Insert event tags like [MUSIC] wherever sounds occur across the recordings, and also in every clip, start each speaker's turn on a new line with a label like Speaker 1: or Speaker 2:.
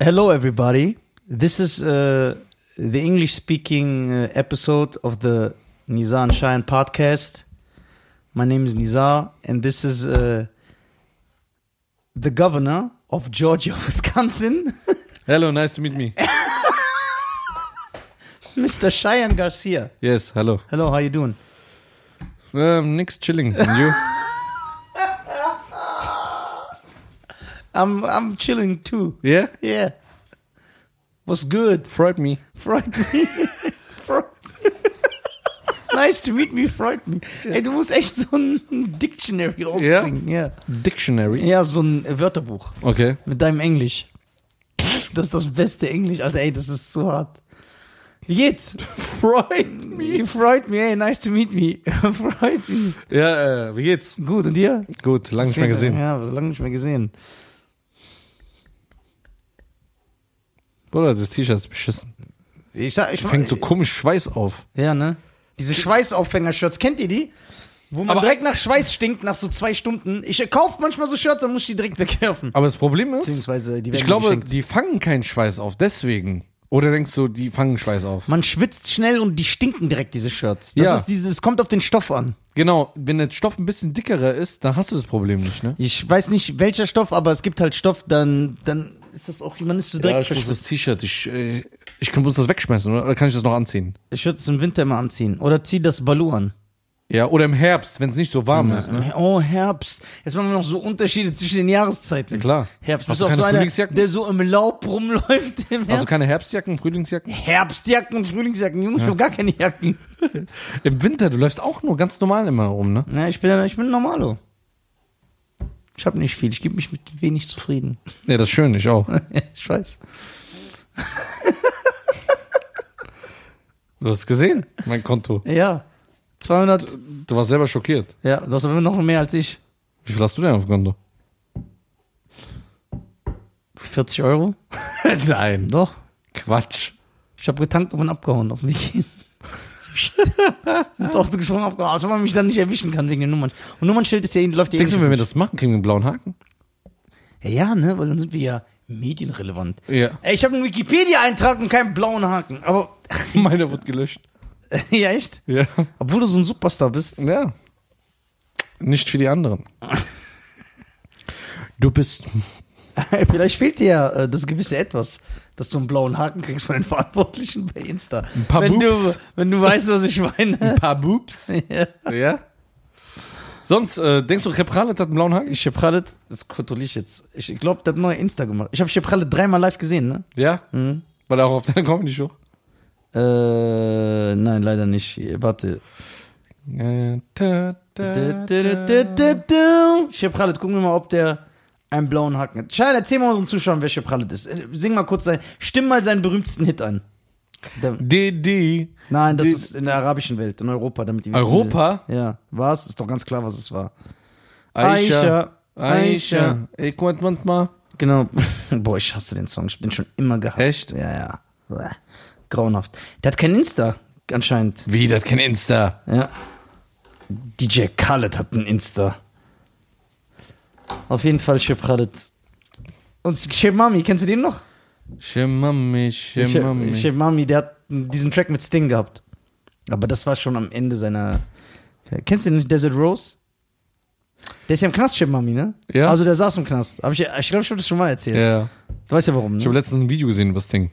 Speaker 1: Hello, everybody. This is uh, the English speaking uh, episode of the Nizar and Shine podcast. My name is Nizar, and this is uh, the governor of Georgia, [LAUGHS] Wisconsin,
Speaker 2: Hello, nice to meet me.
Speaker 1: Mr. Cheyenne Garcia.
Speaker 2: Yes, hello.
Speaker 1: Hello, how you doing?
Speaker 2: Um, nix chilling. And you?
Speaker 1: I'm I'm chilling too.
Speaker 2: Yeah?
Speaker 1: Yeah. What's good?
Speaker 2: Freut me.
Speaker 1: Freut mich. Freut nice to meet me, freut mich. Ey, du musst echt so ein Dictionary ausbringen. Ja.
Speaker 2: Dictionary.
Speaker 1: ja, so ein Wörterbuch
Speaker 2: Okay.
Speaker 1: mit deinem Englisch. Das ist das beste Englisch. Alter, ey, das ist so hart. Wie geht's? Freut mich. Freut mich, ey, nice to meet me. [LAUGHS] freut mich.
Speaker 2: Ja, äh, wie geht's?
Speaker 1: Gut, und dir?
Speaker 2: Gut, lange nicht mehr gesehen.
Speaker 1: Ja, was lange nicht mehr gesehen.
Speaker 2: Bruder, das T-Shirt ist beschissen.
Speaker 1: Ich sag, ich
Speaker 2: Fängt so komisch Schweiß auf.
Speaker 1: Ja, ne? Diese Schweißauffänger-Shirts, kennt ihr die? Wo man
Speaker 2: Aber-
Speaker 1: direkt nach Schweiß stinkt, nach so zwei Stunden. Ich äh, kauf manchmal so Shirts, dann muss ich die direkt wegwerfen.
Speaker 2: Aber das Problem ist,
Speaker 1: Beziehungsweise die werden
Speaker 2: ich glaube,
Speaker 1: geschenkt.
Speaker 2: die fangen keinen Schweiß auf, deswegen. Oder denkst du, die fangen Schweiß auf?
Speaker 1: man schwitzt schnell und die stinken direkt, diese Shirts. Das,
Speaker 2: Ja.
Speaker 1: ist diese, das kommt auf den Stoff an.
Speaker 2: Genau, wenn der Stoff ein bisschen dickerer ist, dann hast du das Problem nicht, ne?
Speaker 1: Ich weiß nicht, welcher Stoff, aber es gibt halt Stoff, dann, dann ist das auch, man ist so direkt
Speaker 2: ich muss
Speaker 1: verschwitzt.
Speaker 2: das T-Shirt, ich, äh, ich muss das wegschmeißen, oder? Oder kann ich das noch anziehen?
Speaker 1: Ich würde es im Winter immer anziehen. Oder zieh das Balu an.
Speaker 2: Ja, oder im Herbst, wenn es nicht so warm ist, ne?
Speaker 1: Oh, Herbst. Jetzt machen wir noch so Unterschiede zwischen den Jahreszeiten.
Speaker 2: Ja, klar.
Speaker 1: Herbst.
Speaker 2: Hast
Speaker 1: Bist
Speaker 2: du
Speaker 1: du auch
Speaker 2: keine
Speaker 1: so einer,
Speaker 2: Frühlingsjacken?
Speaker 1: der so im Laub rumläuft im Herbst?
Speaker 2: Also keine Herbstjacken, Frühlingsjacken?
Speaker 1: Herbstjacken und Frühlingsjacken. Junge, ich hab gar keine Jacken.
Speaker 2: Im Winter, du läufst auch nur ganz normal immer rum, ne?
Speaker 1: Na, ich bin, ich bin normalo. Ich hab nicht viel. Ich gebe mich mit wenig [LAUGHS] zufrieden.
Speaker 2: Ja, das ist schön, ich auch.
Speaker 1: ich weiß.
Speaker 2: Du hast gesehen, mein Konto.
Speaker 1: Ja. 200.
Speaker 2: Du warst selber schockiert.
Speaker 1: Ja, du hast aber noch mehr als ich.
Speaker 2: Wie viel hast du denn auf Konto?
Speaker 1: 40 Euro?
Speaker 2: [LAUGHS] Nein.
Speaker 1: Doch.
Speaker 2: Quatsch.
Speaker 1: Ich hab getankt und bin abgehauen auf dem Weg [LAUGHS] hin. Ins Auto gesprungen, abgehauen. Also, weil man mich dann nicht erwischen kann wegen den Nummern. Und Nummernschild ist ja, eh- läuft ja eh
Speaker 2: Denkst du,
Speaker 1: nicht.
Speaker 2: wenn wir das machen, kriegen wir einen blauen Haken?
Speaker 1: Ja, ne, weil dann sind wir ja medienrelevant.
Speaker 2: [LAUGHS] Ja.
Speaker 1: Ey, ich habe einen Wikipedia-Eintrag und keinen blauen Haken. Aber, [LAUGHS]
Speaker 2: Meiner wird gelöscht.
Speaker 1: ja, echt?
Speaker 2: Ja.
Speaker 1: Obwohl du so ein Superstar bist.
Speaker 2: Ja. Nicht für die anderen. Du bist.
Speaker 1: [LAUGHS] Vielleicht fehlt dir ja äh, das gewisse Etwas, dass du einen blauen Haken kriegst von den Verantwortlichen bei Insta. Ein
Speaker 2: paar
Speaker 1: wenn du,
Speaker 2: Boobs.
Speaker 1: wenn du weißt, was ich meine.
Speaker 2: Ein paar Boobs.
Speaker 1: Ja.
Speaker 2: [LAUGHS] Ja. Sonst, äh, denkst du, Repralet hat einen blauen Haken?
Speaker 1: Ich hab Khaled, das kontrolliere ich jetzt. Ich glaube, der hat neue Insta gemacht. Ich habe Khaled dreimal live gesehen, ne?
Speaker 2: Ja. Weil er auch auf deiner Comedy-Show.
Speaker 1: Äh, nein, leider nicht. Warte.
Speaker 2: Äh, ta, ta,
Speaker 1: Du, du, du, du,
Speaker 2: ta.
Speaker 1: du, du. Shep Khaled, gucken wir mal, ob der einen blauen Haken hat. Schein, erzähl mal unseren Zuschauern, wer Shep Khaled ist. Äh, Sing mal kurz sein, stimm mal seinen berühmtesten Hit an. Der,
Speaker 2: Didi.
Speaker 1: Nein, das
Speaker 2: Die-
Speaker 1: ist in der arabischen Welt, in Europa, damit die wissen.
Speaker 2: Europa?
Speaker 1: Ja, war es? Ist doch ganz klar, was es war. Aisha.
Speaker 2: Aisha. Ich wollte manchmal.
Speaker 1: Genau. [LAUGHS] Boah, ich hasse den Song. Ich bin schon immer gehasst.
Speaker 2: Echt?
Speaker 1: Ja, ja. Bäh. Grauenhaft. Der hat kein Insta, anscheinend.
Speaker 2: Wie, das kein Insta.
Speaker 1: Ja. DJ Khaled hat ein Insta. Auf jeden Fall Chef Khaled. Und Chef Mami, kennst du den noch?
Speaker 2: Shemami, Shemami.
Speaker 1: Chef Mami, der hat diesen Track mit Sting gehabt. Aber das war schon am Ende seiner. Kennst du den Desert Rose? Der ist ja im Knast, Chef Mami, ne?
Speaker 2: Ja.
Speaker 1: Also der saß im Knast. Hab ich ich glaube, ich habe das schon mal erzählt.
Speaker 2: ja.
Speaker 1: Du weißt ja warum,
Speaker 2: Ich habe
Speaker 1: ne?
Speaker 2: letztens ein Video gesehen, was Ding.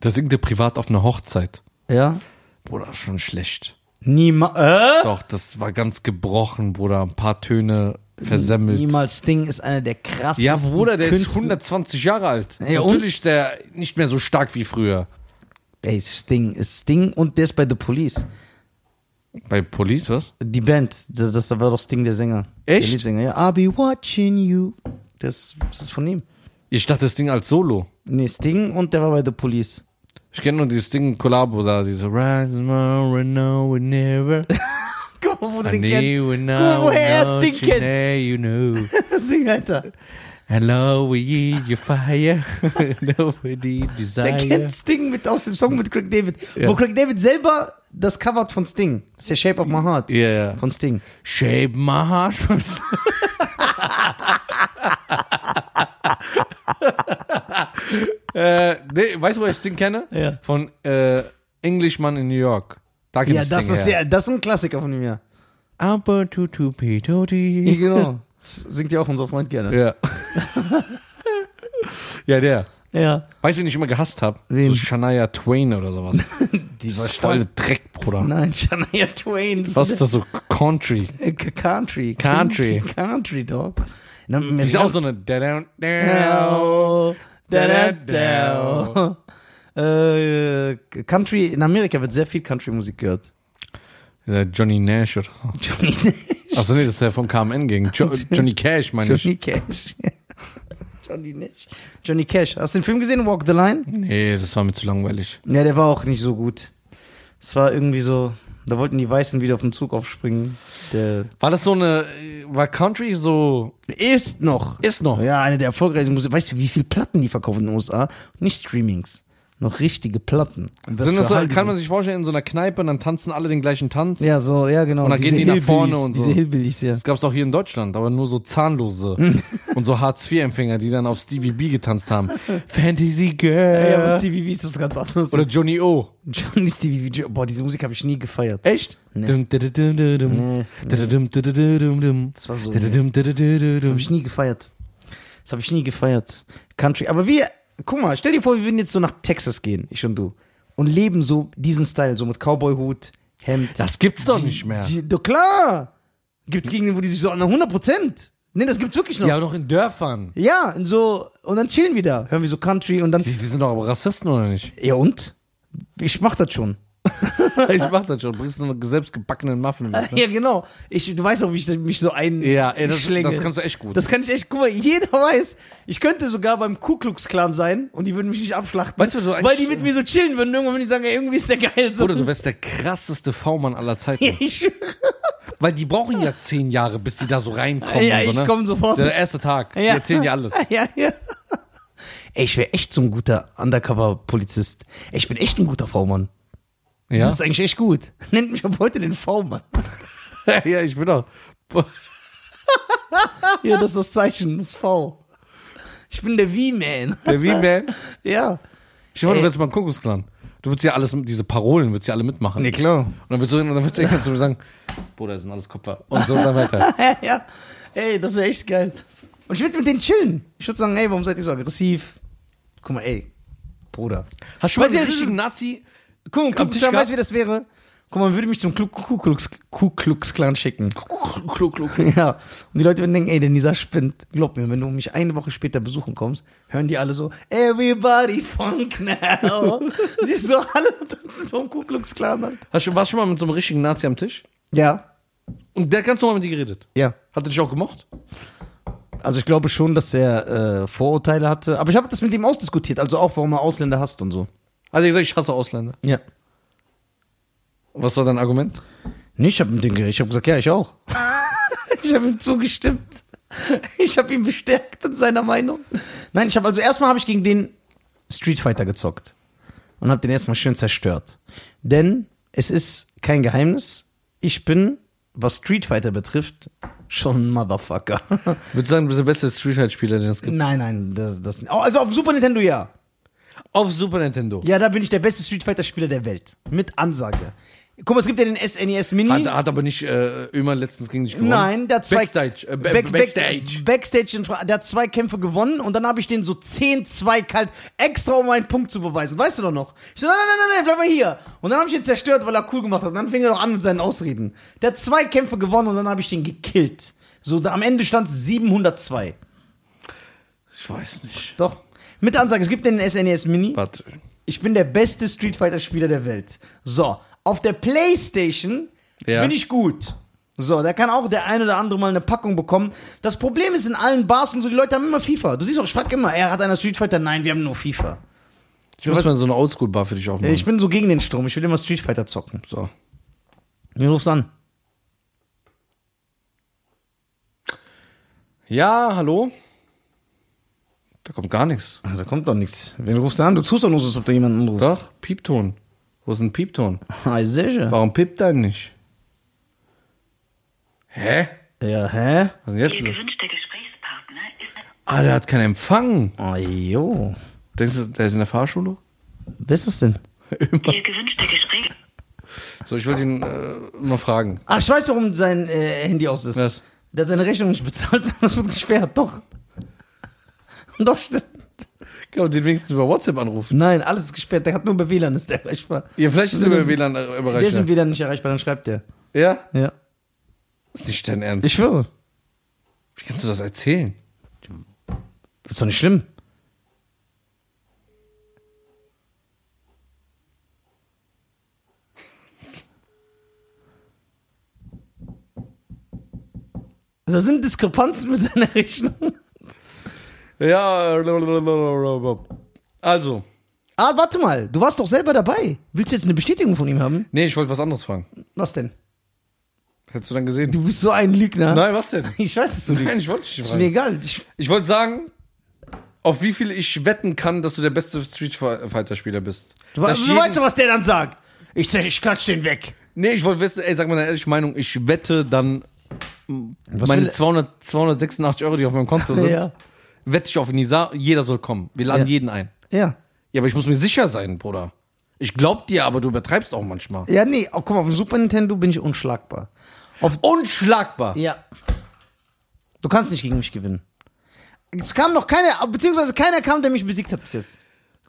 Speaker 2: Da singt er privat auf einer Hochzeit.
Speaker 1: Ja. äh?
Speaker 2: Bruder, schon schlecht.
Speaker 1: Niemals.
Speaker 2: Doch, das war ganz gebrochen, Bruder. Ein paar Töne
Speaker 1: Äh?
Speaker 2: versemmelt.
Speaker 1: Niemals Sting ist einer der krassesten.
Speaker 2: Ja, Bruder, der ist
Speaker 1: Künstler.
Speaker 2: 120 Jahre alt.
Speaker 1: Ja, und?
Speaker 2: Natürlich ist der nicht mehr so stark wie früher.
Speaker 1: Ey, Sting ist Sting und der ist bei The Police.
Speaker 2: Bei Police, was?
Speaker 1: Die Band, das, das war doch Sting, der Sänger. Der
Speaker 2: Echt?
Speaker 1: Leadsänger, ja. I'll be watching you. Das, das ist von ihm.
Speaker 2: Ich dachte, das Ding als Solo.
Speaker 1: Nee, Sting und der war bei The Police.
Speaker 2: Ich kenne nur dieses Ding Collabo da, diese Rise tomorrow, no, we never.
Speaker 1: Guck mal, wo du
Speaker 2: I
Speaker 1: den
Speaker 2: knew we
Speaker 1: kennst.
Speaker 2: know.
Speaker 1: Guck, woher er Sting kennt.
Speaker 2: Today you
Speaker 1: [LAUGHS]
Speaker 2: know.
Speaker 1: Sing, Alter.
Speaker 2: Hello, we eat your fire. [LAUGHS] Nobody
Speaker 1: Der
Speaker 2: desire.
Speaker 1: kennt Sting mit, aus dem Song mit Craig David. Wo Craig David selber das covert von Sting. Das ist der Shape of My Heart.
Speaker 2: Ja, ja.
Speaker 1: Von Sting.
Speaker 2: Shape my heart. [LAUGHS] Äh, nee, weißt du, wo ich das Ding kenne?
Speaker 1: Ja.
Speaker 2: Von äh, Englishman in New York. Da gibt
Speaker 1: Ja,
Speaker 2: es
Speaker 1: das
Speaker 2: Ding
Speaker 1: ist
Speaker 2: her.
Speaker 1: ja, das ist ein Klassiker von ihm, ja.
Speaker 2: Aber tu tu pi, tu,
Speaker 1: Ja,
Speaker 2: ti.
Speaker 1: genau. Das singt ja auch unser Freund gerne.
Speaker 2: Ja. [LAUGHS] ja, der.
Speaker 1: Ja.
Speaker 2: Weißt du, wen ich immer gehasst habe?
Speaker 1: Wen?
Speaker 2: So Shania Twain oder sowas.
Speaker 1: Die
Speaker 2: Das ist voll Dreck, Bruder.
Speaker 1: Nein, [LAUGHS] Shania Twain. das
Speaker 2: Was ist das so? Country.
Speaker 1: Äh, K- Country.
Speaker 2: Country.
Speaker 1: Country, Dog. Na,
Speaker 2: Die ist auch so eine. Da, da, da.
Speaker 1: Dow, da, da, dow. Äh, Country, in Amerika wird sehr viel Country-Musik gehört.
Speaker 2: Ist ja Johnny Nash oder so. [LAUGHS]
Speaker 1: Johnny,
Speaker 2: Achso, nee, das ist ja von KMN gegen jo [LAUGHS] Johnny Cash, meine ich.
Speaker 1: Johnny Cash. [LAUGHS] Johnny Nash. Johnny Cash. Hast du den Film gesehen, Walk the Line?
Speaker 2: Nee, das war mir zu langweilig.
Speaker 1: Ja, der war auch nicht so gut. Es war irgendwie so, da wollten die Weißen wieder auf den Zug aufspringen. Der
Speaker 2: War das so eine. äh, War Country so.
Speaker 1: ist noch.
Speaker 2: Ist noch.
Speaker 1: Ja, eine der erfolgreichsten Musik. Weißt du, wie viele Platten die verkaufen in den USA? Nicht Streamings. Noch richtige Platten. Und
Speaker 2: Sind das
Speaker 1: für
Speaker 2: so,
Speaker 1: halbe-
Speaker 2: kann man sich vorstellen, in so einer Kneipe und dann tanzen alle den gleichen Tanz?
Speaker 1: Ja, so, ja, genau.
Speaker 2: Und dann
Speaker 1: Diese
Speaker 2: gehen die nach
Speaker 1: Hillbillies,
Speaker 2: vorne und so.
Speaker 1: Diese Hillbillies, ja.
Speaker 2: Das gab's doch hier in Deutschland, aber nur so [LAUGHS] Zahnlose und so Hartz-IV-Empfänger, die dann auf Stevie B getanzt haben. [LAUGHS] Fantasy Girl.
Speaker 1: Ja, aber Stevie V ist was ganz anderes.
Speaker 2: Äh. Oder Johnny O.
Speaker 1: Johnny Stevie V. Boah, diese Musik habe ich nie gefeiert.
Speaker 2: Echt?
Speaker 1: Nee.
Speaker 2: Dum, dum, dum, dum, dum.
Speaker 1: Nee,
Speaker 2: Dum, dum, dum, dum, dum, dum.
Speaker 1: das war so.
Speaker 2: Dum, dum,
Speaker 1: Das
Speaker 2: dum, dum, dum.
Speaker 1: habe ich nie gefeiert. Das habe ich nie gefeiert. Country. Aber wir, guck mal, stell dir vor, wir würden jetzt so nach Texas gehen, ich und du. Und leben so diesen Style, so mit Cowboy-Hut, Hemd.
Speaker 2: Das gibt's doch nicht mehr.
Speaker 1: Die- Doch klar! Gibt's Gegenden, wo die sich so, na 100 Prozent. Nee, das gibt's wirklich noch.
Speaker 2: Ja, aber doch in Dörfern.
Speaker 1: Ja, und so, und dann chillen wir da. Hören wir so Country und dann.
Speaker 2: Die, die sind doch aber Rassisten, oder nicht? [LAUGHS]
Speaker 1: Ja, und? Ich mach das schon.
Speaker 2: Ich mach das schon. Bringst du einen selbstgebackenen Muffin mit. Ne?
Speaker 1: [LAUGHS] Ja, genau. Ich, du weißt auch, wie ich mich so ein.
Speaker 2: Ja, ey, das,
Speaker 1: schlänge.
Speaker 2: das kannst du echt gut.
Speaker 1: Das kann ich echt, guck mal, jeder weiß, ich könnte sogar beim Ku Klux Klan sein und die würden mich nicht abschlachten.
Speaker 2: Weißt du, so
Speaker 1: weil die
Speaker 2: eigentlich-
Speaker 1: mit mir so chillen würden, irgendwann würden die sagen, ey, irgendwie ist der geil. So.
Speaker 2: oder
Speaker 1: [LAUGHS]
Speaker 2: du wärst der krasseste V-Mann aller Zeiten.
Speaker 1: ich,
Speaker 2: Weil die brauchen ja zehn Jahre, bis die da so reinkommen.
Speaker 1: ja,
Speaker 2: und so,
Speaker 1: ich
Speaker 2: ne?
Speaker 1: komme sofort.
Speaker 2: Der erste Tag. Die erzählen dir [LAUGHS] alles.
Speaker 1: [LAUGHS] Ja, ja. Ey, ich wäre echt so ein guter Undercover-Polizist. Ey, Ich bin echt ein guter V-Mann.
Speaker 2: Ja,
Speaker 1: Das ist eigentlich echt gut. [LAUGHS] Nennt mich ab heute den
Speaker 2: [LAUGHS]
Speaker 1: V-Mann.
Speaker 2: ja ich bin auch.
Speaker 1: Ja, das ist das Zeichen, das V. Ich bin der V-Man. [LAUGHS]
Speaker 2: Der [LAUGHS] V-Man.
Speaker 1: Ja.
Speaker 2: Ich hoffe, du
Speaker 1: Ey.
Speaker 2: wirst mal ein Kuckucksklan. Du würdest ja alles, diese Parolen würdest ja alle mitmachen.
Speaker 1: Nee, klar.
Speaker 2: Und dann würdest du, und dann würdest du irgendwann zu mir sagen, Bruder, das sind alles Kupfer. Und so und dann weiter.
Speaker 1: ja, ja. Ey, das wäre echt geil. Und ich würde mit denen chillen. Ich würde sagen, ey, warum seid ihr so aggressiv? Guck mal, ey, Bruder.
Speaker 2: Hast du schon mal
Speaker 1: Weißt du,
Speaker 2: so einen
Speaker 1: das ist-
Speaker 2: richtigen Nazi?
Speaker 1: Guck mal,
Speaker 2: Am
Speaker 1: Ku
Speaker 2: Tisch
Speaker 1: Klux-
Speaker 2: gehabt?
Speaker 1: weißt du, wie das wäre? Guck mal, man würde mich zum Ku Ku Klux Ku Klux Klan schicken.
Speaker 2: Klug, klug.
Speaker 1: Ja. Und die Leute würden denken, ey, der Nisa spinnt. Glaub mir, wenn du mich eine Woche später besuchen kommst, hören die alle so, everybody funk now.
Speaker 2: [LAUGHS]
Speaker 1: Siehst du, alle [LAUGHS] tanzen vom Ku Klux Klan an.
Speaker 2: Hast du, warst du schon mal mit so einem richtigen Nazi am Tisch?
Speaker 1: Ja,
Speaker 2: Und der hat ganz normal mit dir geredet.
Speaker 1: ja.
Speaker 2: Hat er dich auch gemocht?
Speaker 1: Also ich glaube schon, dass er äh, Vorurteile hatte. Aber ich habe das mit ihm ausdiskutiert. Also auch, warum er Ausländer hasst und so.
Speaker 2: Hat er gesagt, ich hasse Ausländer.
Speaker 1: Ja.
Speaker 2: Was war dein Argument?
Speaker 1: Nee, ich habe mit dem geredet. Ich habe gesagt, ja, ich auch. [LAUGHS] ich habe ihm zugestimmt. Ich habe ihn bestärkt in seiner Meinung. Nein, ich habe also erstmal habe ich gegen den Street Fighter gezockt und habe den erstmal schön zerstört. Denn es ist kein Geheimnis, ich bin, was Street Fighter betrifft, schon ein Motherfucker. [LAUGHS]
Speaker 2: Würdest du sagen, du bist der beste Street Fighter Spieler, den es gibt?
Speaker 1: nein, nein, das das oh, also auf dem Super Nintendo ja.
Speaker 2: Auf Super Nintendo.
Speaker 1: Ja, da bin ich der beste Street Fighter Spieler der Welt. Mit Ansage. Guck mal, es gibt ja den SNES Mini.
Speaker 2: Hat, hat aber nicht äh, immer letztens gegen dich gewonnen.
Speaker 1: Nein, der hat zwei
Speaker 2: Backstage. Äh, ba-
Speaker 1: Back-
Speaker 2: Backstage.
Speaker 1: Back, Backstage in Fra der hat zwei Kämpfe gewonnen und dann habe ich den so 10-2 kalt, extra um einen Punkt zu beweisen. Weißt du doch noch? Ich so, nein, nein, nein, nein, bleib mal hier. Und dann habe ich ihn zerstört, weil er cool gemacht hat. Und dann fing er doch an mit seinen Ausreden. Der hat zwei Kämpfe gewonnen und dann habe ich den gekillt. So, da, am Ende stand 702.
Speaker 2: Ich weiß nicht.
Speaker 1: Doch. Mit Ansage, es gibt den SNES Mini.
Speaker 2: Warte.
Speaker 1: Ich bin der beste Street Fighter Spieler der Welt. So, auf der Playstation
Speaker 2: Ja.
Speaker 1: bin ich gut. So, da kann auch der ein oder andere mal eine Packung bekommen. Das Problem ist in allen Bars und so, die Leute haben immer FIFA. Du siehst auch, ich frag immer, er hat einer Street Fighter. Nein, wir haben nur FIFA.
Speaker 2: Ich muss
Speaker 1: was-
Speaker 2: mal so eine Oldschool-Bar für dich aufmachen.
Speaker 1: Ich bin so gegen den Strom. Ich will immer Street Fighter zocken.
Speaker 2: so.
Speaker 1: Du rufst an.
Speaker 2: Ja, hallo? Da kommt gar nichts.
Speaker 1: Ah, Da kommt doch nichts. Wen rufst du an? Du tust doch nur so, als ob du jemanden anrufst.
Speaker 2: Doch, Piepton. Wo ist ein Piepton?
Speaker 1: Ah, ist sicher.
Speaker 2: Warum piept er nicht? Hä?
Speaker 1: Ja, hä?
Speaker 2: Was ist denn
Speaker 3: Ihr
Speaker 2: jetzt? los?
Speaker 3: gewünschter Gesprächspartner ist
Speaker 2: Ah, der hat keinen Empfang.
Speaker 1: Ah, jo.
Speaker 2: Denkst du, der ist in der Fahrschule?
Speaker 1: Wer ist das denn?
Speaker 3: Ihr gewünschter Gespräch.
Speaker 2: So, ich wollte ihn äh, mal fragen.
Speaker 1: Ach, ich weiß, warum sein äh, Handy aus ist.
Speaker 2: Was?
Speaker 1: Der hat seine Rechnung nicht bezahlt. [LAUGHS] Das wird gesperrt, doch. [LAUGHS] Doch, stimmt.
Speaker 2: Kann man Genau, den wenigstens über WhatsApp anrufen?
Speaker 1: Nein, alles ist gesperrt. Der hat nur bei WLAN ist der erreichbar.
Speaker 2: Ja, vielleicht ist er über WLAN äh,
Speaker 1: Der ist im
Speaker 2: überreicht.
Speaker 1: WLAN nicht erreichbar, dann schreibt der.
Speaker 2: Ja?
Speaker 1: Ja.
Speaker 2: Ist nicht dein Ernst.
Speaker 1: Ich schwöre.
Speaker 2: Wie kannst du das erzählen?
Speaker 1: Das ist doch nicht schlimm. [LAUGHS] Da sind Diskrepanzen mit seiner Rechnung.
Speaker 2: Ja, blablabla. also.
Speaker 1: Ah, warte mal, du warst doch selber dabei. Willst du jetzt eine Bestätigung von ihm haben?
Speaker 2: Nee, ich wollte was anderes fragen.
Speaker 1: Was denn?
Speaker 2: Hättest du dann gesehen?
Speaker 1: Du bist so ein Lügner.
Speaker 2: Nein, was denn?
Speaker 1: Ich weiß, dass [LAUGHS] du lügst.
Speaker 2: Nein, ich wollte dich
Speaker 1: Ist mir
Speaker 2: fragen.
Speaker 1: egal. Ich,
Speaker 2: Ich wollte sagen, auf wie viel ich wetten kann, dass du der beste Street Fighter Spieler bist.
Speaker 1: du
Speaker 2: Dass
Speaker 1: du
Speaker 2: jeden-
Speaker 1: weißt doch, was der dann sagt. Ich, sag, ich klatsch den weg.
Speaker 2: Nee, ich wollte wissen, ey, sag mal deine ehrliche Meinung, ich wette dann m,
Speaker 1: will
Speaker 2: meine
Speaker 1: er?
Speaker 2: 200, 286 Euro, die auf meinem Konto
Speaker 1: [LAUGHS]
Speaker 2: sind,
Speaker 1: Ja.
Speaker 2: wette ich auf Nisa, jeder soll kommen. Wir laden
Speaker 1: Ja.
Speaker 2: jeden ein.
Speaker 1: Ja.
Speaker 2: Ja, aber ich muss mir sicher sein, Bruder. Ich glaub dir, aber du übertreibst auch manchmal.
Speaker 1: Ja, nee, oh, guck mal, auf dem Super Nintendo bin ich unschlagbar. Auf,
Speaker 2: Unschlagbar.
Speaker 1: ja. Du kannst nicht gegen mich gewinnen. Es kam noch keiner, beziehungsweise keiner kam, der mich besiegt hat bis jetzt.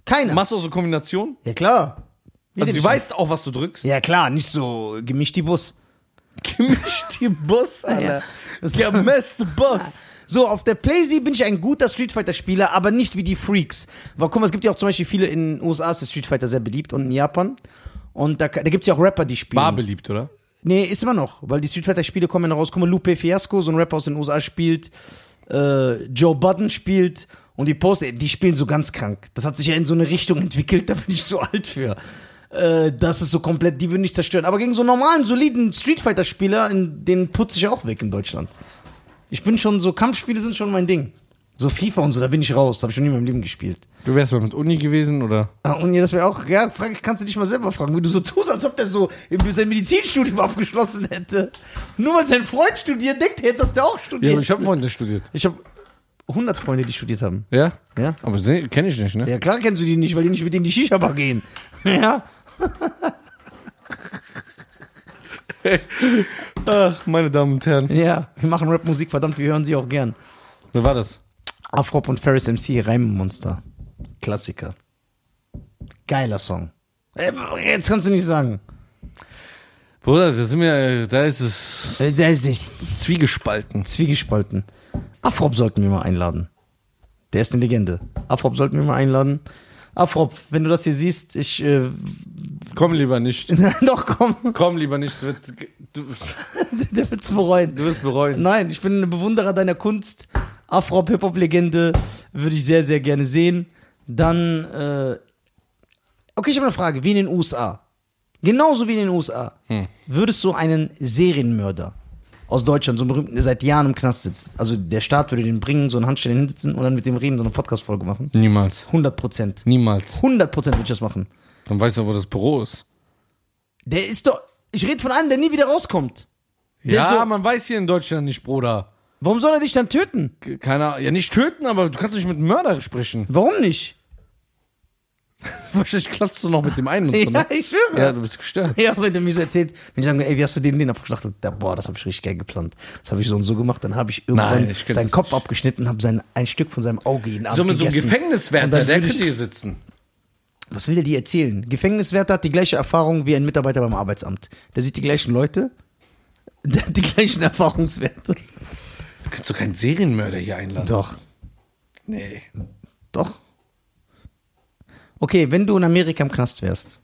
Speaker 1: Keiner.
Speaker 2: Machst du auch so Kombinationen?
Speaker 1: ja, klar. Wie
Speaker 2: Also
Speaker 1: denn
Speaker 2: du
Speaker 1: nicht?
Speaker 2: weißt auch, was du drückst.
Speaker 1: Ja, klar, nicht so gemischt die Bus. [LAUGHS]
Speaker 2: Gemischt die Boss, Alter.
Speaker 1: Ja.
Speaker 2: Gemischte Boss.
Speaker 1: So, auf der Playsee bin ich ein guter Street Fighter-Spieler, aber nicht wie die Freaks. Weil guck mal, es gibt ja auch zum Beispiel viele in den USA, ist der Street Fighter sehr beliebt und in Japan. Und da, da gibt es ja auch Rapper, die spielen.
Speaker 2: War beliebt, oder?
Speaker 1: Nee, ist immer noch, weil die Street Fighter-Spiele kommen ja noch raus. Guck mal, Lupe Fiasco, so ein Rapper aus den USA, spielt. Äh, Joe Budden spielt. Und die Post, die spielen so ganz krank. Das hat sich ja in so eine Richtung entwickelt, [LAUGHS] da bin ich so alt für. Äh, das ist so komplett, die würden nicht zerstören. Aber gegen so normalen, soliden Street Fighter-Spieler, in- den putze ich auch weg in Deutschland. Ich bin schon so, Kampfspiele sind schon mein Ding. So FIFA und so, da bin ich raus, habe ich schon nie in meinem Leben gespielt.
Speaker 2: Du wärst mal mit Uni gewesen, oder?
Speaker 1: Ah, und ja, das wäre auch, ja, frag, kannst du dich mal selber fragen, wie du so tust, als ob der so im- sein Medizinstudium [LAUGHS] abgeschlossen hätte. Nur weil sein Freund studiert, denkt er jetzt, dass der auch
Speaker 2: Ja,
Speaker 1: studiert.
Speaker 2: aber ich habe Freunde studiert.
Speaker 1: ich habe 100 Freunde, die studiert haben.
Speaker 2: Ja?
Speaker 1: Ja.
Speaker 2: Aber kenne ich nicht, ne?
Speaker 1: Ja, klar kennst du die nicht, weil die nicht mit denen in die Shisha-Bar gehen. [LAUGHS] Ja.
Speaker 2: Ach, meine Damen und Herren.
Speaker 1: Ja, wir machen Rap-Musik, verdammt, wir hören sie auch gern.
Speaker 2: Wer war das?
Speaker 1: Afrop und Ferris MC, Reimenmonster. Klassiker. Geiler Song. Äh, Jetzt kannst du nicht sagen.
Speaker 2: Bruder, da sind wir, äh, da ist es
Speaker 1: Äh, Der ist nicht
Speaker 2: zwiegespalten.
Speaker 1: zwiegespalten. Afrop sollten wir mal einladen. Der ist eine Legende. Afrop sollten wir mal einladen. Afrop, wenn du das hier siehst, ich. Äh, [LAUGHS]
Speaker 2: Komm lieber nicht.
Speaker 1: doch, komm, [LAUGHS]
Speaker 2: Komm lieber nicht. es Wird, du,
Speaker 1: der wird's bereuen.
Speaker 2: du wirst bereuen.
Speaker 1: Nein, ich bin ein Bewunderer deiner Kunst. Afrop, Hip-Hop-Legende würde ich sehr, sehr gerne sehen. Dann. Äh, okay, ich habe eine Frage. Wie in den USA. Genauso wie in den USA. Würdest du einen Serienmörder aus Deutschland, so einen berühmten, der seit Jahren im Knast sitzt, also der Staat würde den bringen, so einen Handstellen hinsitzen und dann mit dem reden, so eine Podcast-Folge machen?
Speaker 2: Niemals.
Speaker 1: 100 Prozent.
Speaker 2: Niemals.
Speaker 1: 100 Prozent würde ich das machen.
Speaker 2: Dann weißt du, wo das Büro ist.
Speaker 1: Der ist doch. Ich rede von einem, der nie wieder rauskommt. Der
Speaker 2: Ja,
Speaker 1: ist so-
Speaker 2: man weiß hier in Deutschland nicht, Bruder.
Speaker 1: Warum soll er dich dann töten?
Speaker 2: Ke- Keiner, ja nicht töten, aber du kannst nicht mit einem Mörder sprechen.
Speaker 1: Warum nicht?
Speaker 2: [LAUGHS] Wahrscheinlich klatschst du noch mit dem einen. und so,
Speaker 1: [LAUGHS] Ja,
Speaker 2: ne?
Speaker 1: ich schwöre.
Speaker 2: ja du bist
Speaker 1: [LAUGHS]
Speaker 2: gestört.
Speaker 1: Ja, wenn du mir so erzählst, wenn ich sage, ey, wie hast du den und den abgeschlachtet? Da, boah, das habe ich richtig geil geplant. Das habe ich so und so gemacht. Dann habe ich irgendwann
Speaker 2: Nein, ich kenn
Speaker 1: seinen
Speaker 2: das
Speaker 1: Kopf abgeschnitten, habe sein ein Stück von seinem Auge jeden Abend
Speaker 2: So mit so einem
Speaker 1: gegessen. Und
Speaker 2: Gefängniswärter,
Speaker 1: dann
Speaker 2: der
Speaker 1: würde ich-
Speaker 2: könnte hier sitzen.
Speaker 1: Was will der dir erzählen? Gefängniswärter hat die gleiche Erfahrung wie ein Mitarbeiter beim Arbeitsamt. Der sieht die gleichen Leute, [LAUGHS] der hat die gleichen Erfahrungswerte.
Speaker 2: Du kannst doch keinen Serienmörder hier einladen.
Speaker 1: Doch,
Speaker 2: Nee.
Speaker 1: doch. Okay, wenn du in Amerika im Knast wärst,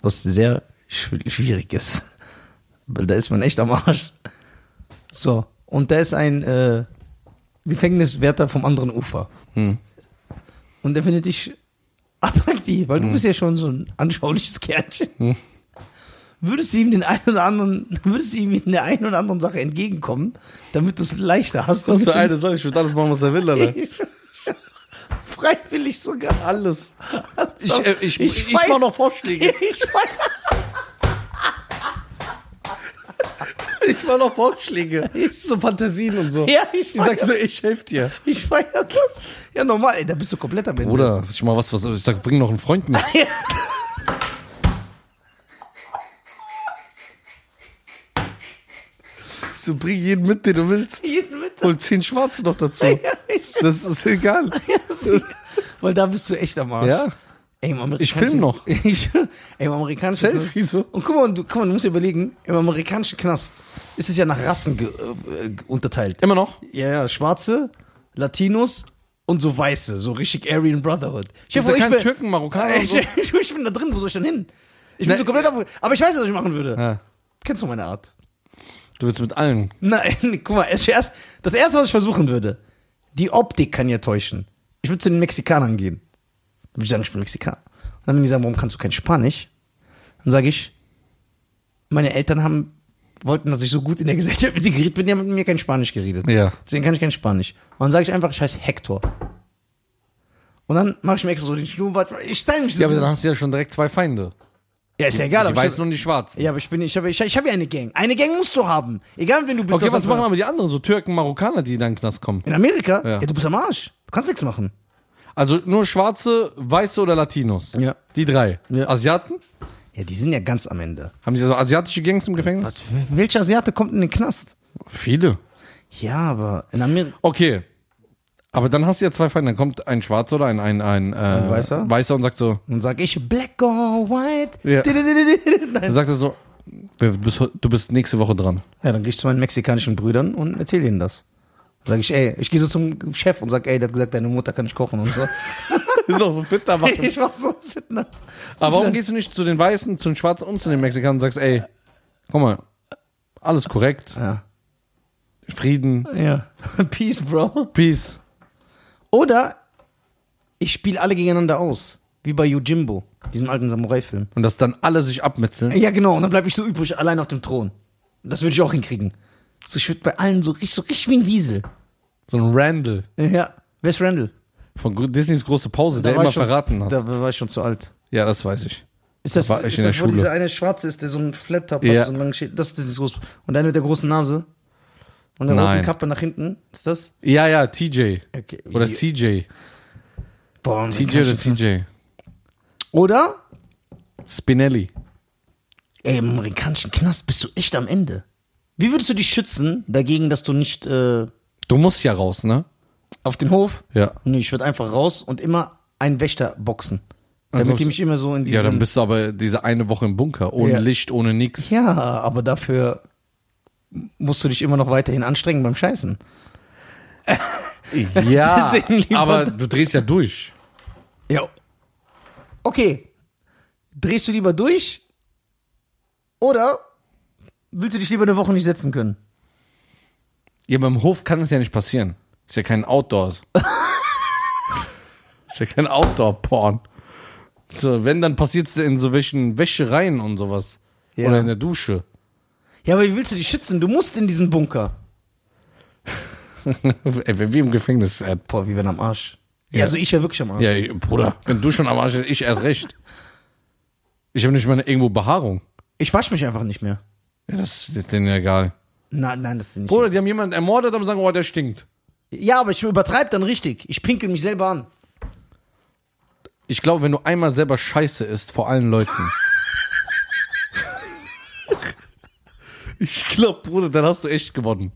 Speaker 1: was sehr schw- schwierig ist, [LAUGHS] weil da ist man echt am Arsch. So, und da ist ein äh, Gefängniswärter vom anderen Ufer.
Speaker 2: Hm.
Speaker 1: Und der findet dich attraktiv,
Speaker 2: Hm.
Speaker 1: weil du bist ja schon so ein anschauliches Kerlchen. Würdest du ihm den einen oder anderen, [LAUGHS] würdest du ihm in der einen oder anderen Sache entgegenkommen, damit du es leichter hast?
Speaker 2: Das für eine Sache, ich würde alles machen, was er will, Alter.
Speaker 1: [LAUGHS] Freiwillig sogar.
Speaker 2: Alles. Ich,
Speaker 1: So,
Speaker 2: äh, ich, ich, ich
Speaker 1: weiß- [LAUGHS]
Speaker 2: mach noch Vorschläge.
Speaker 1: Ich weiß-
Speaker 2: voll auf Vorschläge. So Fantasien und so.
Speaker 1: Ja, ich
Speaker 2: Ich sag so, ich helf dir.
Speaker 1: Ich feier das. Ja, normal, ey, da bist du komplett am Ende.
Speaker 2: Bruder, ich mal was, was. Ich sag, bring noch einen Freund mit.
Speaker 1: Ja.
Speaker 2: Ich So, bring jeden mit, den du willst.
Speaker 1: Jeden mit.
Speaker 2: Hol zehn Schwarze noch
Speaker 1: [LAUGHS]
Speaker 2: dazu.
Speaker 1: Ja, ich-
Speaker 2: Das ist egal.
Speaker 1: Weil da bist du echt am Arsch.
Speaker 2: Ja.
Speaker 1: Ey, im
Speaker 2: Ich
Speaker 1: amerikanischen-
Speaker 2: film
Speaker 1: [LAUGHS]
Speaker 2: noch.
Speaker 1: Ich, ey, im amerikanischen
Speaker 2: Selfie so.
Speaker 1: Und guck mal, du, guck mal, du musst dir überlegen, im amerikanischen Knast ist es ja nach Rassen ge, äh, ge- unterteilt.
Speaker 2: Immer noch?
Speaker 1: Ja, ja, Schwarze, Latinos und so Weiße, so richtig Aryan Brotherhood. Ich,
Speaker 2: Gibt's ja keinen Türken, Marokkaner und
Speaker 1: ich,
Speaker 2: so?
Speaker 1: [LAUGHS] ich, ich bin da drin, wo soll ich denn hin? Ich bin
Speaker 2: Na,
Speaker 1: so komplett ab, Aber ich weiß, was ich machen würde.
Speaker 2: Ja.
Speaker 1: Kennst du meine Art?
Speaker 2: Du willst mit allen.
Speaker 1: Nein, [LAUGHS] guck mal, es wär erst, das erste, was ich versuchen würde, die Optik kann ja täuschen. Ich würde zu den Mexikanern gehen. Dann würde ich sagen, ich bin Mexikaner. Und dann wenn die sagen, warum kannst du kein Spanisch? Dann sage ich, meine Eltern haben, wollten, dass ich so gut in der Gesellschaft integriert bin, die haben mit mir kein Spanisch geredet.
Speaker 2: Ja.
Speaker 1: Deswegen kann ich kein Spanisch. Und dann sage ich einfach, ich heiße Hector. Und dann mache ich mir extra so den Schnurrbart. Ich stelle mich so.
Speaker 2: Ja, aber dann hast du ja schon direkt zwei Feinde.
Speaker 1: ja, ist ja egal.
Speaker 2: die
Speaker 1: aber ich
Speaker 2: Weißen und die Schwarzen.
Speaker 1: ja, aber ich bin, ich habe, ich, ich habe ja eine Gang. Eine Gang musst du haben. Egal, wenn du bist.
Speaker 2: Okay,
Speaker 1: das
Speaker 2: was
Speaker 1: hat-
Speaker 2: machen aber die anderen? So Türken, Marokkaner, die dann in den Knast kommen.
Speaker 1: In Amerika?
Speaker 2: Ja.
Speaker 1: Ja. du bist am Arsch. Du kannst nichts machen.
Speaker 2: Also nur Schwarze, Weiße oder Latinos?
Speaker 1: Ja.
Speaker 2: Die drei.
Speaker 1: Ja.
Speaker 2: Asiaten?
Speaker 1: Ja, die sind ja ganz am Ende.
Speaker 2: Haben die so asiatische Gangs im Gefängnis?
Speaker 1: Was, welcher Asiate kommt in den Knast?
Speaker 2: Viele.
Speaker 1: Ja, aber in Amerika.
Speaker 2: Okay. Aber dann hast du ja zwei Feinde. Dann kommt ein Schwarzer oder ein, ein, ein, äh,
Speaker 1: Weißer?
Speaker 2: und sagt so,
Speaker 1: Dann sag ich Black or White.
Speaker 2: Ja.
Speaker 1: Nein.
Speaker 2: dann sagt er so, du bist, du bist nächste Woche dran.
Speaker 1: [LAUGHS] Ja, dann gehe ich zu meinen mexikanischen Brüdern und erzähle ihnen das. Dann sag ich, ey, ich gehe so zum Chef und sag, ey, der hat gesagt, deine Mutter kann nicht kochen und so.
Speaker 2: Ist doch so fitter
Speaker 1: ich mach so ne? Fitness.
Speaker 2: [LAUGHS] Aber warum gehst du nicht zu den Weißen, zu den Schwarzen und zu den Mexikanern und sagst, ey, guck mal, alles korrekt,
Speaker 1: Ja.
Speaker 2: Frieden,
Speaker 1: ja. [LAUGHS] Peace, Bro.
Speaker 2: Peace.
Speaker 1: Oder ich spiele alle gegeneinander aus. Wie bei Yojimbo, diesem alten Samurai-Film.
Speaker 2: Und dass dann alle sich abmetzeln.
Speaker 1: Ja, genau. Und dann bleibe ich so übrig, allein auf dem Thron. Das würde ich auch hinkriegen. So, ich würde bei allen so richtig, so richtig wie ein Wiesel.
Speaker 2: So ein Randall
Speaker 1: Ja. Wer ist Randall?
Speaker 2: von Gr- Disneys große Pause,
Speaker 1: Da
Speaker 2: der
Speaker 1: war
Speaker 2: immer
Speaker 1: ich schon,
Speaker 2: verraten hat.
Speaker 1: Da war ich schon zu alt.
Speaker 2: Ja, das weiß ich.
Speaker 1: Ist das,
Speaker 2: war ich
Speaker 1: ist
Speaker 2: in
Speaker 1: das
Speaker 2: der
Speaker 1: wo
Speaker 2: Schule.
Speaker 1: dieser eine Schwarze ist, der so einen Flat-Top
Speaker 2: Ja.
Speaker 1: hat, so einen langen Schädel? Das ist dieses große. Und der mit der großen Nase. Und der
Speaker 2: Nein.
Speaker 1: roten Kappe nach hinten. Ist das?
Speaker 2: Ja, ja, TJ.
Speaker 1: Okay.
Speaker 2: Oder
Speaker 1: Ja.
Speaker 2: CJ.
Speaker 1: Boah,
Speaker 2: TJ oder CJ.
Speaker 1: Oder?
Speaker 2: Spinelli.
Speaker 1: Ey, im amerikanischen Knast bist du echt am Ende. Wie würdest du dich schützen dagegen, dass du nicht äh,
Speaker 2: Du musst ja raus, ne?
Speaker 1: auf den Hof
Speaker 2: Ja.
Speaker 1: Nee, ich würde einfach raus und immer einen Wächter boxen. Damit die mich immer so in diesen...
Speaker 2: Ja, dann bist du aber diese eine Woche im Bunker. Ohne
Speaker 1: Ja.
Speaker 2: Licht, ohne
Speaker 1: [LAUGHS]
Speaker 2: nix.
Speaker 1: ja, aber dafür musst du dich immer noch weiterhin anstrengen beim Scheißen.
Speaker 2: Ja,
Speaker 1: [LAUGHS] Deswegen lieber-
Speaker 2: aber du drehst ja durch.
Speaker 1: Ja. Okay. Drehst du lieber durch? Oder willst du dich lieber eine Woche nicht setzen können?
Speaker 2: Ja, beim Hof kann es ja nicht passieren. Ist ja
Speaker 1: [LAUGHS]
Speaker 2: kein Outdoors. ist ja kein Outdoor-Porn. So, wenn, dann passiert es in so welchen Wäschereien und sowas.
Speaker 1: Ja.
Speaker 2: Oder in der Dusche. [LAUGHS]
Speaker 1: Ja, aber wie willst du dich schützen? Du musst in diesen Bunker.
Speaker 2: Ey, wenn wir im Gefängnis wären.
Speaker 1: Boah, wir wären am Arsch. Ja,
Speaker 2: Ja.
Speaker 1: also ich wäre wirklich am Arsch.
Speaker 2: Ja, ich, Bruder, wenn du schon am Arsch bist, ich erst recht. Ich habe nicht mal irgendwo Behaarung.
Speaker 1: Ich wasche mich einfach nicht mehr.
Speaker 2: Ja, das ist denen ja egal.
Speaker 1: Nein, nein, das ist nicht.
Speaker 2: Bruder, die haben jemanden ermordet und sagen, oh, der stinkt.
Speaker 1: Ja, aber ich übertreibe dann richtig. Ich pinkel mich selber an.
Speaker 2: Ich glaube, wenn du einmal selber scheiße isst vor allen Leuten. [LAUGHS] ich glaube, Bruder, dann hast du echt gewonnen.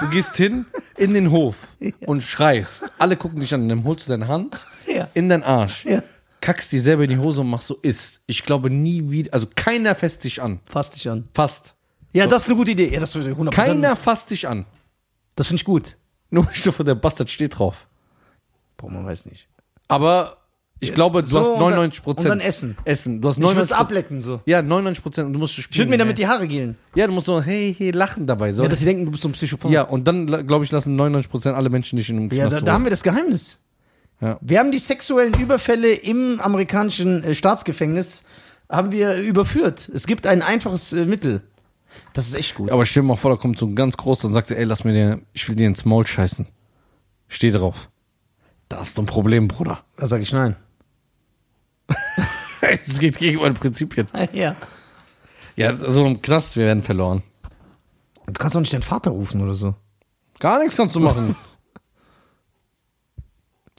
Speaker 2: Du gehst hin in den [LAUGHS] Hof und schreist. Alle gucken dich an, dann holst du deine Hand
Speaker 1: Ja.
Speaker 2: in deinen Arsch.
Speaker 1: Ja.
Speaker 2: Kackst dir selber in die Hose und machst so isst. Ich glaube nie wieder, also keiner fasst dich an.
Speaker 1: Fass dich an.
Speaker 2: Fast.
Speaker 1: Ja, das ist eine gute Idee. Ja, das ist 100%.
Speaker 2: Keiner fasst dich an.
Speaker 1: Das finde ich gut.
Speaker 2: Nur ich von der Bastard steht drauf.
Speaker 1: Boah, man weiß nicht.
Speaker 2: Aber ich glaube, du
Speaker 1: so,
Speaker 2: hast
Speaker 1: und dann-
Speaker 2: 99 Prozent.
Speaker 1: und dann essen.
Speaker 2: Essen. Du hast
Speaker 1: Ich würde es
Speaker 2: 99
Speaker 1: ablecken so.
Speaker 2: Ja, 99 Prozent. Und du musst spielen.
Speaker 1: Ich würde mir damit die Haare gelen.
Speaker 2: Ja, du musst so, hey, hey, lachen dabei. So.
Speaker 1: Ja,
Speaker 2: Ja,
Speaker 1: dass sie denken, du bist so ein Psychopath.
Speaker 2: und dann, glaube ich, lassen 99 Prozent alle Menschen dich in einem
Speaker 1: ja
Speaker 2: Knast
Speaker 1: da, da haben wir das Geheimnis.
Speaker 2: Ja.
Speaker 1: Wir haben die sexuellen Überfälle im amerikanischen äh, Staatsgefängnis haben wir überführt. Es gibt ein einfaches äh, Mittel. Das ist echt gut.
Speaker 2: Aber stell dir mal vor, da kommt so ein ganz großer und sagt, ey, lass mir den, ich will dir ins Maul scheißen. Steh drauf. Da hast du ein Problem, Bruder. [LAUGHS]
Speaker 1: Da sage ich nein.
Speaker 2: Das geht gegen meine Prinzipien.
Speaker 1: [LAUGHS] Ja.
Speaker 2: Ja, so im Knast, wir werden verloren.
Speaker 1: Du kannst auch nicht deinen Vater rufen oder so.
Speaker 2: Gar nichts kannst du machen.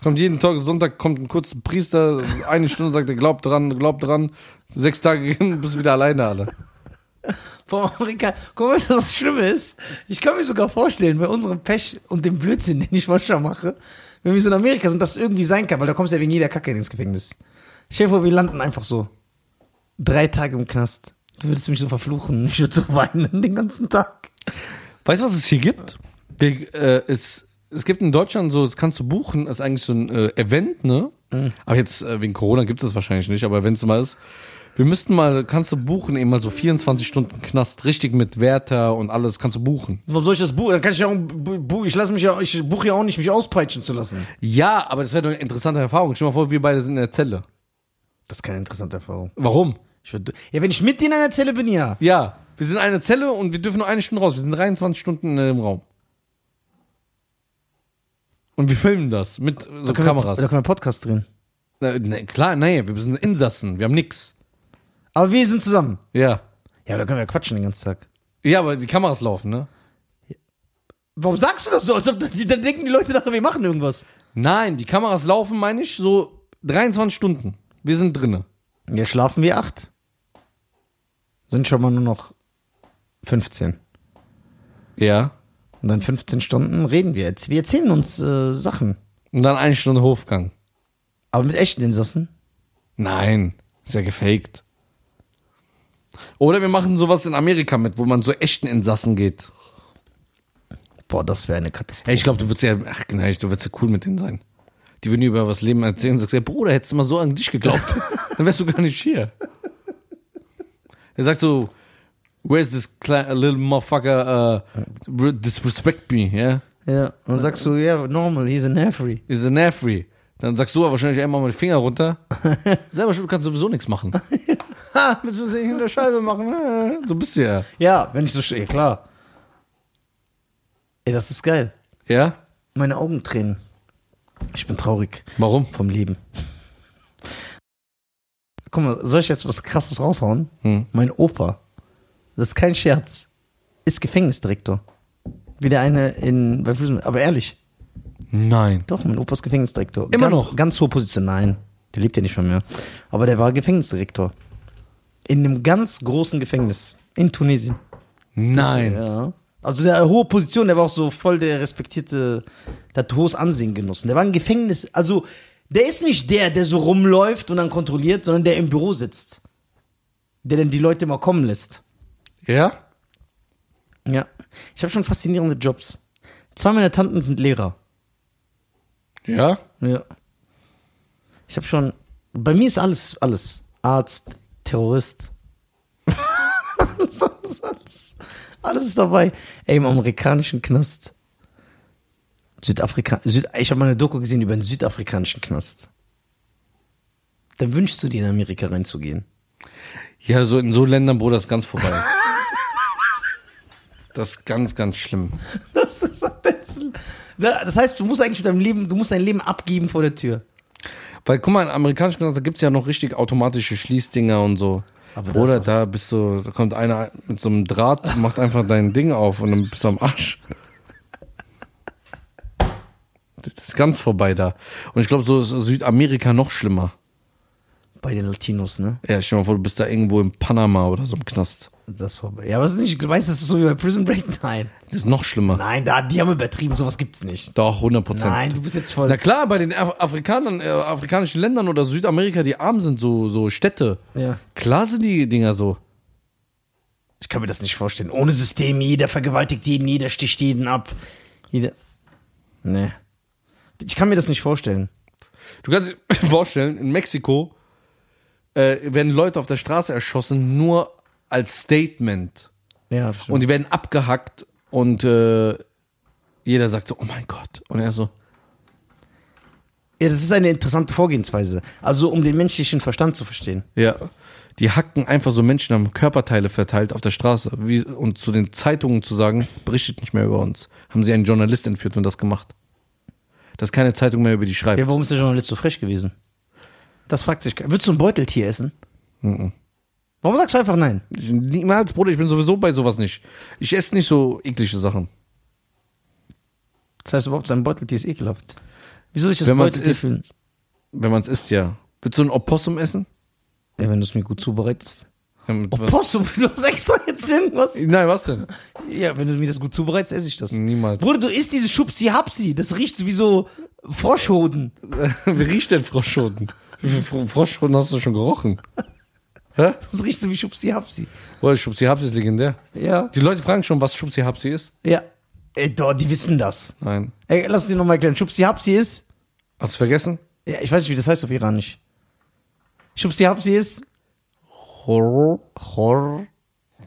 Speaker 2: Kommt jeden Tag, Sonntag kommt ein kurzer Priester, eine Stunde sagt er, glaubt dran, glaubt dran. Sechs Tage gehen, bist wieder alleine, alle.
Speaker 1: Boah, Rika, guck mal, was das Schlimme ist. Ich kann mir sogar vorstellen, bei unserem Pech und dem Blödsinn, [LAUGHS] den ich manchmal mache, wenn wir so in Amerika sind, dass es irgendwie sein kann, weil da kommst du ja wegen jeder Kacke ins Gefängnis. Stell dir vor, wir landen einfach so. Drei Tage im Knast. Du würdest mich so verfluchen, [LAUGHS] ich würde so weinen den ganzen Tag.
Speaker 2: Weißt du, was es hier gibt? Wir, äh, es, es gibt in Deutschland so, das kannst du buchen, das ist eigentlich so ein äh, Event, ne? Aber jetzt äh, wegen Corona gibt es das wahrscheinlich nicht, aber wenn es mal ist, wir müssten mal, kannst du buchen, eben mal so 24 Stunden Knast, richtig mit Wärter und alles, kannst du buchen.
Speaker 1: Warum soll ich das buchen? Dann kann ich ja auch, ich lasse mich ja, ich buche ja auch nicht, mich auspeitschen zu lassen.
Speaker 2: Ja, aber das wäre doch eine interessante Erfahrung. Stell dir mal vor, wir beide sind in der Zelle.
Speaker 1: Das ist keine interessante Erfahrung.
Speaker 2: Warum?
Speaker 1: Ich würd, ja, wenn ich mit denen in der Zelle bin, ja.
Speaker 2: Ja, wir sind in einer Zelle und wir dürfen nur eine Stunde raus. Wir sind 23 Stunden in dem Raum. Und wir filmen das mit äh, so
Speaker 1: Da können
Speaker 2: Kameras.
Speaker 1: Wir, da können wir einen Podcast drehen.
Speaker 2: Na, na, klar, nee, wir sind Insassen, wir haben nix.
Speaker 1: Aber wir sind zusammen.
Speaker 2: Ja.
Speaker 1: Ja, aber da können wir ja quatschen den ganzen Tag.
Speaker 2: Ja, aber die Kameras laufen, ne?
Speaker 1: Warum sagst du das so? Als ob die, dann denken die Leute nachher, wir machen irgendwas.
Speaker 2: Nein, die Kameras laufen, meine ich, so 23 Stunden. Wir sind drinne.
Speaker 1: Ja, schlafen wir acht. Sind schon mal nur noch 15.
Speaker 2: Ja.
Speaker 1: Und dann 15 Stunden reden wir jetzt. Wir erzählen uns äh, Sachen.
Speaker 2: Und dann eine Stunde Hofgang.
Speaker 1: Aber mit echten Insassen.
Speaker 2: Nein, ist ja gefaked. Oder wir machen sowas in Amerika mit, wo man so echten Insassen geht.
Speaker 1: Boah, das wäre eine Katastrophe.
Speaker 2: Hey, ich glaube, du würdest ja, ach genau, ich- du würdest ja cool mit denen sein. Die würden dir über was Leben erzählen und sagst, ja, Bruder, hättest du mal so an dich geglaubt, dann wärst du gar nicht hier. Er sagt so, where's this klein, little motherfucker uh, re- disrespect me, yeah?
Speaker 1: Ja, und dann sagst du, ja, normal, he's an Every.
Speaker 2: Is a nervy. Dann sagst du aber wahrscheinlich einmal mit dem Finger runter. Selber schon, du kannst sowieso nichts machen. ha, willst du das in der Scheibe machen? So bist du ja.
Speaker 1: Ja, wenn ich so stehe, klar. Ey, das ist geil.
Speaker 2: Ja?
Speaker 1: Meine Augen tränen. Ich bin traurig
Speaker 2: Warum?
Speaker 1: vom Leben. Guck mal, soll ich jetzt was Krasses raushauen?
Speaker 2: Hm.
Speaker 1: Mein Opa, das ist kein Scherz, ist Gefängnisdirektor. Wie der eine in, bei Flüssen, aber ehrlich,
Speaker 2: Nein.
Speaker 1: doch, mein Opa ist Gefängnisdirektor.
Speaker 2: Immer
Speaker 1: ganz,
Speaker 2: noch?
Speaker 1: Ganz hohe Position, nein, der lebt ja nicht mehr mehr. Aber der war Gefängnisdirektor. In einem ganz großen Gefängnis in Tunesien.
Speaker 2: Nein.
Speaker 1: Ja. Also der hohe Position, der war auch so voll der respektierte, der hat hohes Ansehen genossen. Der war im Gefängnis, also der ist nicht der, der so rumläuft und dann kontrolliert, sondern der im Büro sitzt. Der dann die Leute immer kommen lässt.
Speaker 2: Ja?
Speaker 1: Ja. Ich habe schon faszinierende Jobs. Zwei meiner Tanten sind Lehrer.
Speaker 2: Ja?
Speaker 1: Ja. Ich habe schon, bei mir ist alles, alles. Arzt, Terrorist. [LAUGHS] alles, alles, alles. Alles ist dabei. Ey, im amerikanischen Knast. Südafrika, Süd, ich habe mal eine Doku gesehen über einen südafrikanischen Knast. Dann wünschst du dir in Amerika reinzugehen. [LAUGHS]
Speaker 2: Ja, so in so Ländern, Bruder, ist ganz vorbei. das ist ganz, ganz schlimm.
Speaker 1: Das, ist, halt das, das heißt, du musst eigentlich mit deinem Leben, du musst dein Leben abgeben vor der Tür.
Speaker 2: Weil, guck mal, in amerikanischen Knast, da gibt's ja noch richtig automatische Schließdinger und so.
Speaker 1: Aber
Speaker 2: Bruder,
Speaker 1: das-
Speaker 2: da bist du, da kommt einer mit so einem Draht, macht einfach dein Ding auf und dann bist du am Arsch. Das ist ganz vorbei da. Und ich glaube, so ist Südamerika noch schlimmer.
Speaker 1: Bei den Latinos, ne?
Speaker 2: Ja, stell dir mal vor, du bist da irgendwo in Panama oder so im Knast.
Speaker 1: Das ist vorbei. Ja, aber es ist nicht, du meinst, das ist so wie bei Prison Break? [LAUGHS] Nein.
Speaker 2: Das ist noch schlimmer.
Speaker 1: Nein, da, die haben übertrieben, sowas gibt's nicht.
Speaker 2: Doch, 100 Prozent.
Speaker 1: Nein, du bist jetzt voll.
Speaker 2: Na klar, bei den Af Afrikanern, äh, afrikanischen Ländern oder Südamerika, die arm sind, so, so Städte.
Speaker 1: Ja.
Speaker 2: Klar sind die Dinger so.
Speaker 1: ich kann mir das nicht vorstellen. Ohne System, jeder vergewaltigt jeden, jeder sticht jeden ab. Jeder. Nee. Ich kann mir das nicht vorstellen.
Speaker 2: Du kannst dir [LAUGHS] vorstellen, in Mexiko äh, werden Leute auf der Straße erschossen, nur als Statement.
Speaker 1: Ja,
Speaker 2: Und
Speaker 1: und
Speaker 2: die werden abgehackt und äh, jeder sagt so, oh mein Gott. Und er so,
Speaker 1: ja, das ist eine interessante Vorgehensweise. Also, um den menschlichen Verstand zu verstehen.
Speaker 2: ja. Die hacken einfach so Menschen, haben Körperteile verteilt auf der Straße. Wie, und zu den Zeitungen zu sagen, berichtet nicht mehr über uns. Haben sie einen Journalist entführt und das gemacht. Dass keine Zeitung mehr über die schreibt.
Speaker 1: Ja, warum ist der Journalist so frech gewesen? Das fragt sich. ke- Würdest du ein Beuteltier essen? Mhm. Warum sagst du einfach nein?
Speaker 2: Ich, niemals, Bruder, ich bin sowieso bei sowas nicht. Ich esse nicht so eklige Sachen.
Speaker 1: Das heißt überhaupt, sein Beuteltier ist ekelhaft. Wieso soll ich das
Speaker 2: Wenn man's
Speaker 1: Beuteltier
Speaker 2: isst.
Speaker 1: fühlen?
Speaker 2: Wenn man es isst, ja. Willst du ein Opossum essen?
Speaker 1: Ja, wenn du es mir gut zubereitest.
Speaker 2: Ja, mit was-
Speaker 1: Opossum, du [LAUGHS] hast extra jetzt irgendwas.
Speaker 2: Nein, was denn?
Speaker 1: Ja, wenn du mir das gut zubereitest, esse ich das.
Speaker 2: Niemals.
Speaker 1: Bruder, du isst diese Schubsi-Hapsi. Das riecht wie so Froschhoden.
Speaker 2: [LAUGHS] Wie riecht denn Froschhoden? Wie viel Fro- Froschhoden hast du schon gerochen?
Speaker 1: Das riecht so wie Schubsi-Hapsi.
Speaker 2: Boah, Schubsi Hapsi ist legendär.
Speaker 1: Ja.
Speaker 2: Die Leute fragen schon, was Schubsi Hapsi ist.
Speaker 1: Ja. Ey, doch, die wissen das.
Speaker 2: Nein.
Speaker 1: Ey, lass uns dir nochmal erklären. Schubsi-Hapsi ist...
Speaker 2: Hast du [LAUGHS] vergessen?
Speaker 1: Ja, ich weiß nicht, wie das heißt auf Iranisch. Schubsi-Hapsi ist...
Speaker 2: Horror.
Speaker 1: Hor,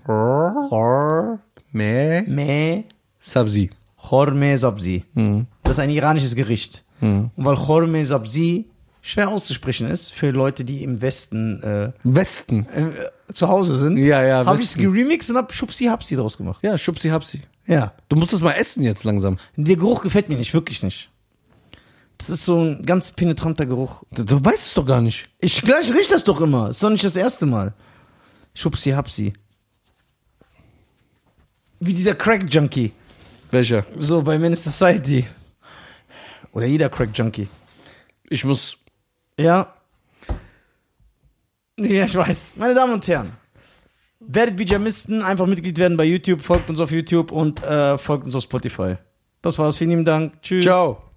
Speaker 1: hor,
Speaker 2: Meh.
Speaker 1: me,
Speaker 2: Sabzi.
Speaker 1: horme sabzi. Das ist ein iranisches Gericht. Und weil horme sabzi schwer auszusprechen ist für Leute, die im Westen äh,
Speaker 2: Westen.
Speaker 1: äh, zu Hause sind,
Speaker 2: Ja, ja,
Speaker 1: habe ich es
Speaker 2: Westen.
Speaker 1: geremixed und habe Schubsi Hapsi draus gemacht.
Speaker 2: Ja, Schubsi Hapsi.
Speaker 1: Ja.
Speaker 2: Du musst es mal essen jetzt langsam.
Speaker 1: Der Geruch gefällt mir nicht, wirklich nicht. Das ist so ein ganz penetranter Geruch.
Speaker 2: Du, du weißt es doch gar nicht.
Speaker 1: Ich gleich riech das doch immer. Ist doch nicht das erste Mal. Schubsi Hapsi. Wie dieser Crack Junkie.
Speaker 2: Welcher?
Speaker 1: So, bei Men in Society. Oder jeder Crack-Junkie.
Speaker 2: Ich muss.
Speaker 1: Ja. Ja, ich weiß. Meine Damen und Herren, werdet Bijamisten, einfach Mitglied werden bei YouTube, folgt uns auf YouTube und äh, folgt uns auf Spotify. Das war's, vielen lieben Dank. Tschüss.
Speaker 2: Ciao.